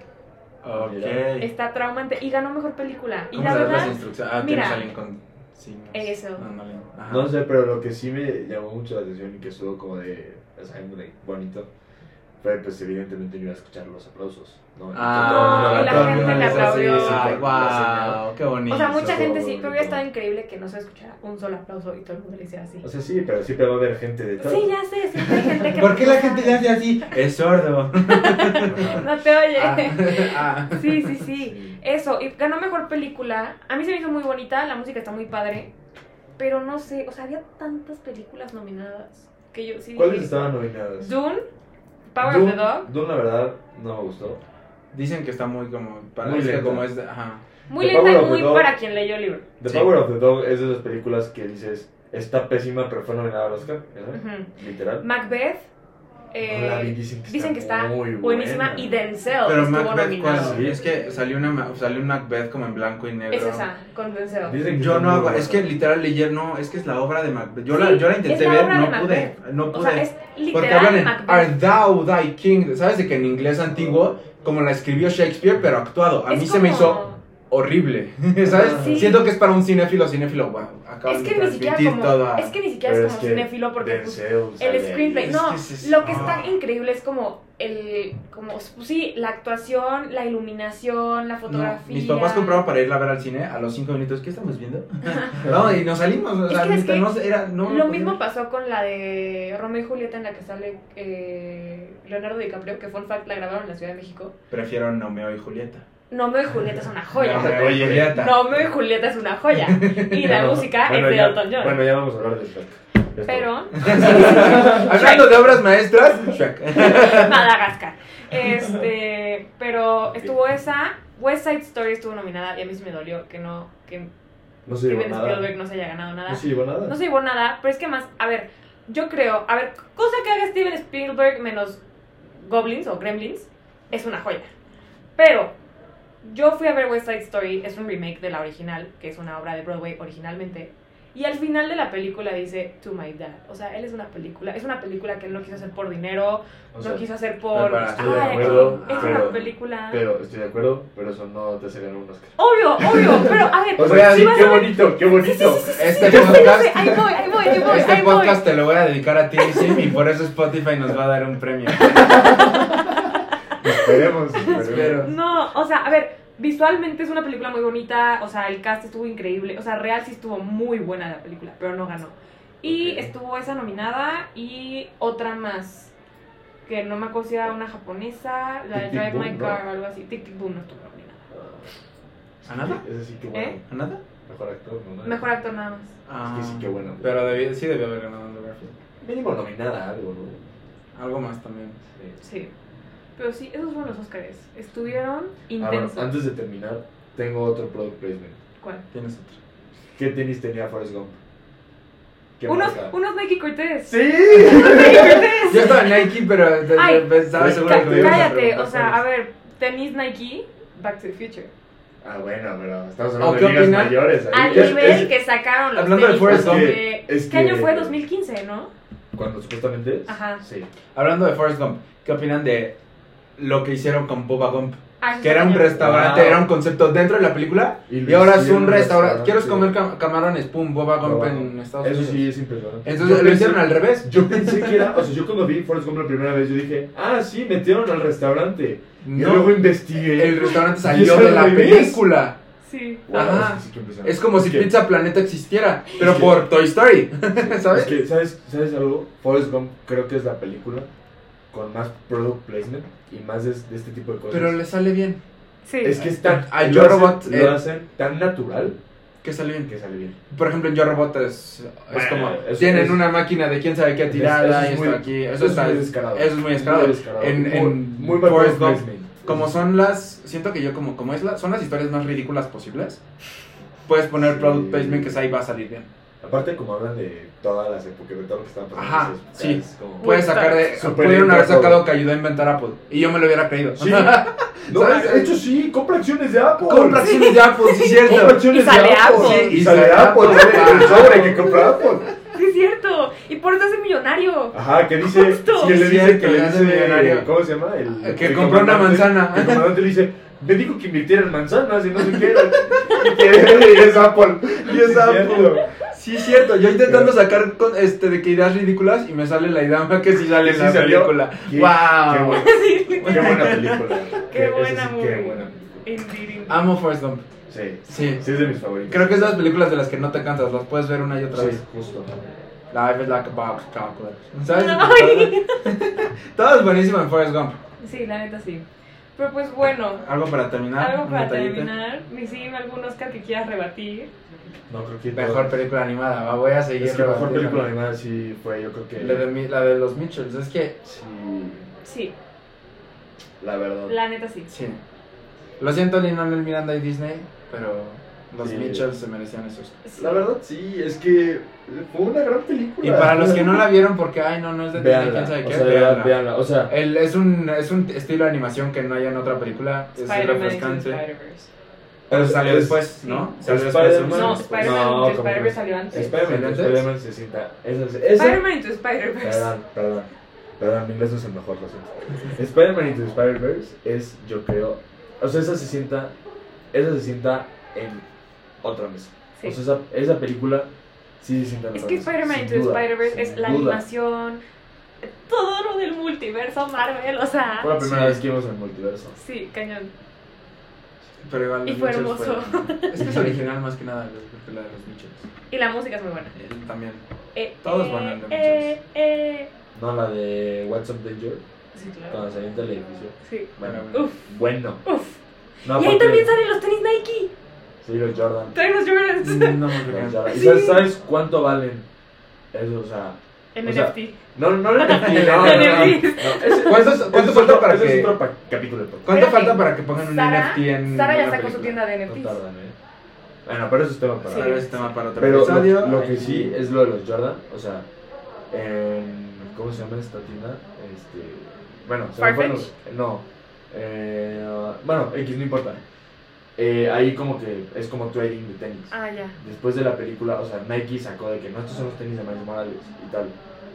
Ok.
Mira.
Está traumante y ganó mejor película. Y
¿Cómo
la
sabes
verdad,
las instrucciones? Ah,
mira.
tienes a alguien con signos.
Eso.
Ándale. Ajá.
No sé, pero lo que sí me llamó mucho la atención y que estuvo como de, o sea, muy de bonito, fue pues evidentemente no iba a escuchar los aplausos. No,
No,
Ah,
y la
todo el
gente
mundo
le
es así,
aplaudió.
sí,
Ay,
por- guau, qué bonito.
o sea, mucha
Eso,
gente sí, pero hubiera
bonito.
estado increíble que no se escuchara un solo aplauso y todo el mundo le hiciera así.
O sea, sí, pero siempre va a haber gente detrás.
Sí, ya sé, siempre hay gente que.
¿Por qué la gente le hace así? Es sordo.
Ajá.
No Eh, te oye.
Ah, ah.
Sí, sí, sí. Eso, y ganó mejor película. A mí se me hizo muy bonita, la música está muy padre. Pero no sé, o sea, había tantas películas nominadas que yo sí dije.
¿Cuáles estaban nominadas?
Dune, Power
Dune-
of the Dog.
Dune, la verdad, no me gustó.
Dicen que está muy como. Para
Muy
es que
lenta.
como es de- ajá.
Muy
The
lenta
Power
y
of the
muy
Dog.
para quien leyó el libro.
The
Sí.
Power of the Dog es de esas películas que dices, está pésima, pero fue nominada al Oscar, ¿verdad?
Ujú.
Literal.
Macbeth.
No la
eh,
vi, dicen que
dicen que
está
está
muy
buenísima
buena.
y Denzel
Pero
estuvo
Macbeth, ¿cuál?
nominado.
Sí, Es que salió, una, ma- salió un Macbeth como en blanco y negro.
Es esa, con Denzel.
Dicen que
Yo
está
no
muy
hago,
buena.
es que literal leyer, no, es que es la obra de Macbeth. Yo, la,
Sí,
yo la intenté
es la
ver,
obra de
no pude, no
O
pude.
sea, es
porque
literal
hablan en
Macbeth.
Art thou thy king. ¿Sabes de que en inglés antiguo, como la escribió Shakespeare, pero actuado? A
Es
mí se me
como- Ah,
hizo horrible. ¿Sabes?
Sí.
Siento que es para un cinéfilo, cinéfilo, wow. acaban
Es
de
que ni siquiera
transmitir
como,
todo a-
es que ni siquiera
Pero
es como
que
cinéfilo porque pues,
Denzel sale
el
ahí.
screenplay,
Es
no,
que sí es-
lo que
ah.
está increíble es como el como pues, sí, la actuación, la iluminación, la
No,
fotografía.
mis papás compraban para irla a ver al cine a los 5 minutos. ¿Qué estamos viendo? no, y nos salimos. O
Es
sea,
que es
neta,
que
no sé, era, no, pues,
Lo
no
mismo
podía.
pasó con la de Romeo y Julieta en la que sale eh, Leonardo DiCaprio, que fue un fact la grabaron en la Ciudad de México.
Prefiero Nomeo y Julieta.
Romeo y Julieta es una joya.
Nomeo y
Oye,
Julieta.
Romeo y Julieta es una joya. Y la
Bueno,
música
bueno,
es de
ya-
Elton John.
Bueno, ya vamos a hablar de Shrek. Ya está.
pero
Hablando de obras maestras, Shrek.
Madagascar. Este, pero estuvo esa. West Side Story estuvo nominada y a mí sí me dolió que no que
no se llevó
Steven
nada.
Spielberg no se haya ganado nada.
No se llevó nada.
No se llevó nada, pero es que más, a ver, yo creo, a ver, cosa que haga Steven Spielberg menos Goblins o Gremlins es una joya. Pero yo fui a ver West Side Story, es un remake de la original, que es una obra de Broadway originalmente. Y al final de la película dice To My Dad. O sea, él es una película. Es una película que él no quiso hacer por dinero,
O sea,
no quiso hacer por.
Bárbara,
estoy de
Ay,
acuerdo,
es
pero-
una película.
Pero estoy de acuerdo, pero eso no te hace ganar un Oscar.
Obvio, obvio. Pero a ver,
O
Voy a
sea,
decir,
sí,
vas
qué
a ver-
bonito, qué bonito.
Este
yo sé, yo sé,
podcast,
ahí voy, ahí voy, ahí voy,
este
ahí voy.
podcast te lo voy a dedicar a ti y Sim, y por eso Spotify nos va a dar un premio.
Esperemos, esperemos.
Espero.
No, o sea, a ver, visualmente es una película muy bonita, o sea, el cast estuvo increíble, o sea, real sí estuvo muy buena la película, pero no ganó. Y
Ok.
estuvo esa nominada y otra más, que no me acuerdo si era una japonesa, la de
Tic
Drive
Tic
My
Boom, ¿no?
Car o algo así, Tic Tic Boom no estuvo nominada.
¿A nada?
Ah, Ese sí que bueno.
¿Eh?
¿A nada?
Mejor actor, ¿no?
Mejor actor nada más.
Ah,
Es que sí, qué bueno.
Pero debí- sí debió haber ganado Andrew Garfield.
Mínimo nominada algo, ¿no?
Algo más también.
Sí.
Sí. Pero sí, esos fueron los Oscars. Estuvieron
Ah, bueno,
intensos.
antes de terminar, tengo otro product placement.
¿Cuál?
Tienes otro.
¿Qué tenis tenía Forrest Gump? ¿Qué
Unos,
marca?
unos Nike Cortez.
¡Sí!
¡Unos Nike Cortez!
Yo estaba en Nike, pero de-
Ay,
de- estaba
Nike
seguro
Bueno,
Ca-
te digo
que
una
cállate,
pregunta,
o sea, a
¿sabes?
ver, tenis Nike, Back to the Future.
Ah, bueno, pero estamos hablando
¿O
de
qué
ligas
opinan?
mayores.
Al
Ahí. Es-
nivel
es-
que sacaron los
hablando de
tenis,
Forrest
porque-
Gump, es
¿Qué año
que-
fue? 2015, ¿no?
Cuando supuestamente es.
Ajá.
Sí.
Hablando de Forrest Gump, ¿qué opinan de lo que hicieron con Boba Gump?
Ah, eso
Que
está
era un
cañón.
restaurante,
Wow.
era un concepto dentro de la película.
lo
Y ahora es
hicieron
un restaurante.
restaurante.
¿Quieres comer cam- camarones? Pum, Boba Gump
Boba
en
Gump.
Estados
Eso
Unidos.
sí es impresionante.
Entonces
Yo
lo
pensé-
hicieron al revés.
Yo pensé que era, o sea, yo cuando vi Forrest Gump la primera vez, yo dije, ah, sí, metieron al restaurante. Y
No,
luego investigué.
el restaurante
Y
salió
es al
de la
revés.
película.
Sí.
Wow,
Ajá.
es que sí que impresionante.
Es como si
que-
Pizza Planeta existiera, pero
que- Pues
por Toy Story. ¿Sabes?
Es que, ¿sabes, ¿sabes algo? Forrest Gump creo que es la película con más product placement y más de, de este tipo de cosas.
Pero le sale bien.
Sí.
Es que es tan.
A
lo
Yo
hacen-
Robot,
Lo
eh.
hacen tan natural
Que sale bien.
que sale bien.
Por ejemplo, en Yo Robot es, es
Bueno,
como
eso
tienen
es-
una máquina de quién sabe qué
Eso
tirada
es
y
muy-
esto aquí. Eso,
es
está,
muy descarado.
eso es muy descarado. En,
Muy-
en
muy mal
Forrest
product
Gump,
placement.
como son las, siento que yo como como es la- son las historias más ridículas posibles. Puedes poner
Sí.
product placement que ahí va a salir bien.
Aparte, como hablan de todas las épocas, de todo lo que estaba pasando.
Ajá,
esas
sí.
épocas, como-
Bueno,
Puedes sacar de,
Super
pudieron haber
intro,
sacado
todo.
que ayudó a inventar Apple y yo me lo hubiera creído.
Sí. No,
¿Sabes?
de hecho, sí, compra acciones de Apple.
Compra acciones de Apple, sí es
Compra
cierto.
acciones
Y sale
de Apple.
Apple.
Sí, y sale Apple. sale el sobre que compra Apple.
Sí, es cierto. Y por eso es millonario.
Ajá, que dice.
Justo.
Que le dice,
Cierto,
que le
ya
dice.
soy millonario.
¿Cómo se llama? El,
Ah, que
el
compró una
comandante.
manzana.
El comandante le dice. Me dijo que invirtiera en manzanas y no sé qué. Y que- y es Apple.
Y es
Sí,
Apple.
cierto.
Sí es cierto. Yo intentando sacar con- este de que ideas ridículas y me sale la idea que sí sale
Que
en
sí
la
salió.
película.
Qué- Qué
Wow.
buena,
Sí.
qué buena película.
Qué
Esa
buena
sí, Qué
movie.
buena película.
Indeed,
Ah,
indeed.
Amo Forrest Gump.
Sí.
Sí.
Sí, es de mis favoritos.
Creo que es de las películas de las que no te cansas, las puedes ver una y otra
Sí,
vez.
justo.
Life is like a box of chocolate. ¿Sabes?
Ay.
Todo es buenísimo en Forrest Gump.
Sí, la neta sí. Pero pues bueno,
Algo para
Ah,
terminar.
algo
un
para
detallito.
terminar. Misim, algún Oscar que quieras rebatir.
No, creo que.
Mejor película animada, va, voy a seguir.
Es que mejor
rebatiendo.
película animada sí fue, yo creo que.
La de, mi- la de los Mitchells, es que.
Sí,
Sí,
la verdad.
la neta sí.
Sí. Lo siento, Lin Manuel Miranda y Disney, pero los
Sí.
Mitchells se merecían esos.
Sí.
La verdad sí, es que fue una gran película.
Y para los que no la vieron, porque, ay, no, no es de Disney,
Veanla,
quién sabe
o
qué,
sea,
véanla.
véanla, o sea,
El- es, un, es un estilo de animación que no hay en otra película. Es
Spider-Man into the
refrescante.
Spider-Verse.
Pero salió
Es-
después, ¿no?
es
Salió
No,
Spider-Man. Bueno,
Spider-Man into
no,
the
¿cómo
Spider-Verse
crees?
salió antes.
Spider-Man,
¿Antes?
Spider-Man se sienta. Esa, esa-
Spider-Man into the Spider-Verse.
perdón, perdón, perdón, mi inglés no es el mejor, lo siento. Spider-Man Into the Spider-Verse es, yo creo, o sea, esa se sienta, esa se sienta en otra mesa.
Sí.
O sea, esa, esa película sí se sienta en
Es
otra
que
mesa,
Spider-Man
pues sin
into the
duda,
Spider-Verse
sin
es la
duda.
animación, todo lo del multiverso Marvel, o sea.
Fue la primera
Sí.
vez que vimos el multiverso.
Sí, cañón.
Pero igual
Y
los
fue
Mitchells
hermoso.
fue- Es que es original más que nada la película de los Mitchells.
Y la música es muy buena.
Él también.
Eh,
Todos
eh,
van a andar
eh, eh.
No, la de What's Up Danger,
Sí, claro.
cuando se avienta el edificio.
Sí.
Bueno,
Pero
Uf,
bueno.
uf.
No,
y ahí
aparte-
también salen los tenis Nike.
Sí, los Jordan.
Traen los Jordans.
Mm.
No me
Los
acuerdo.
Jordan. ¿Y
Sí.
sabes, sabes cuánto valen? Eso, o sea.
En
O sea,
NFT.
No, no le no, no, no, no. Ese-
¿Cuántos-
ese
cuánto
es
falta
otro-
para
ese es
que-
otro pa- capítulo del podcast.
¿Cuánto
Espérate.
falta para que pongan un
Sara-
NFT en
Sara ya
una
sacó su tienda
película?
de
No
NFTs.
tardan, ¿eh? Bueno, pero eso es tema para.
Sí.
Tal vez tema para otro
Pero
episodio.
lo, lo que sí es lo de los Jordan, o sea, en- ¿cómo se llama esta tienda? Este, bueno, se me fueron los- no, eh, bueno, X no importa. Eh, ahí como que es como trading de tenis.
Ah, ya.
Después de la película, o sea, Nike sacó de que no, estos son los tenis de Miles Morales y tal.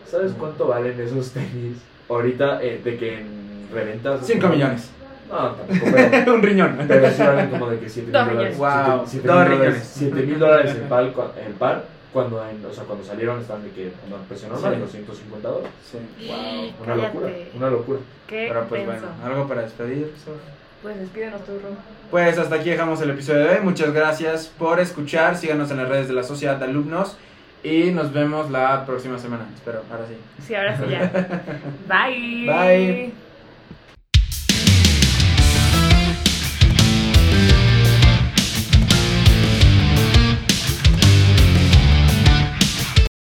¿Sabes cuánto valen esos tenis? Ahorita, eh, de que en reventas...
5 millones.
No, tampoco, pero,
un riñón.
pero sí valen como de que 7 mil
Dos millones.
dólares.
Wow,
7
dos
mil dólares,
millones.
7 mil dólares el par, cua- el par cuando, en, o sea, cuando salieron estaban de que no, precio normal,
Sí.
250 dólares.
Sí.
Wow.
Una locura,
Cállate.
una locura.
Qué
Pero pues
denso.
bueno, algo para despedir. Sof?
Pues despídenos tu Ru.
Pues hasta aquí dejamos el episodio de hoy. Muchas gracias por escuchar. Síganos en las redes de la Sociedad de Alumnos. Y nos vemos la próxima semana. Espero, ahora sí.
Sí, ahora sí ya. Bye.
Bye.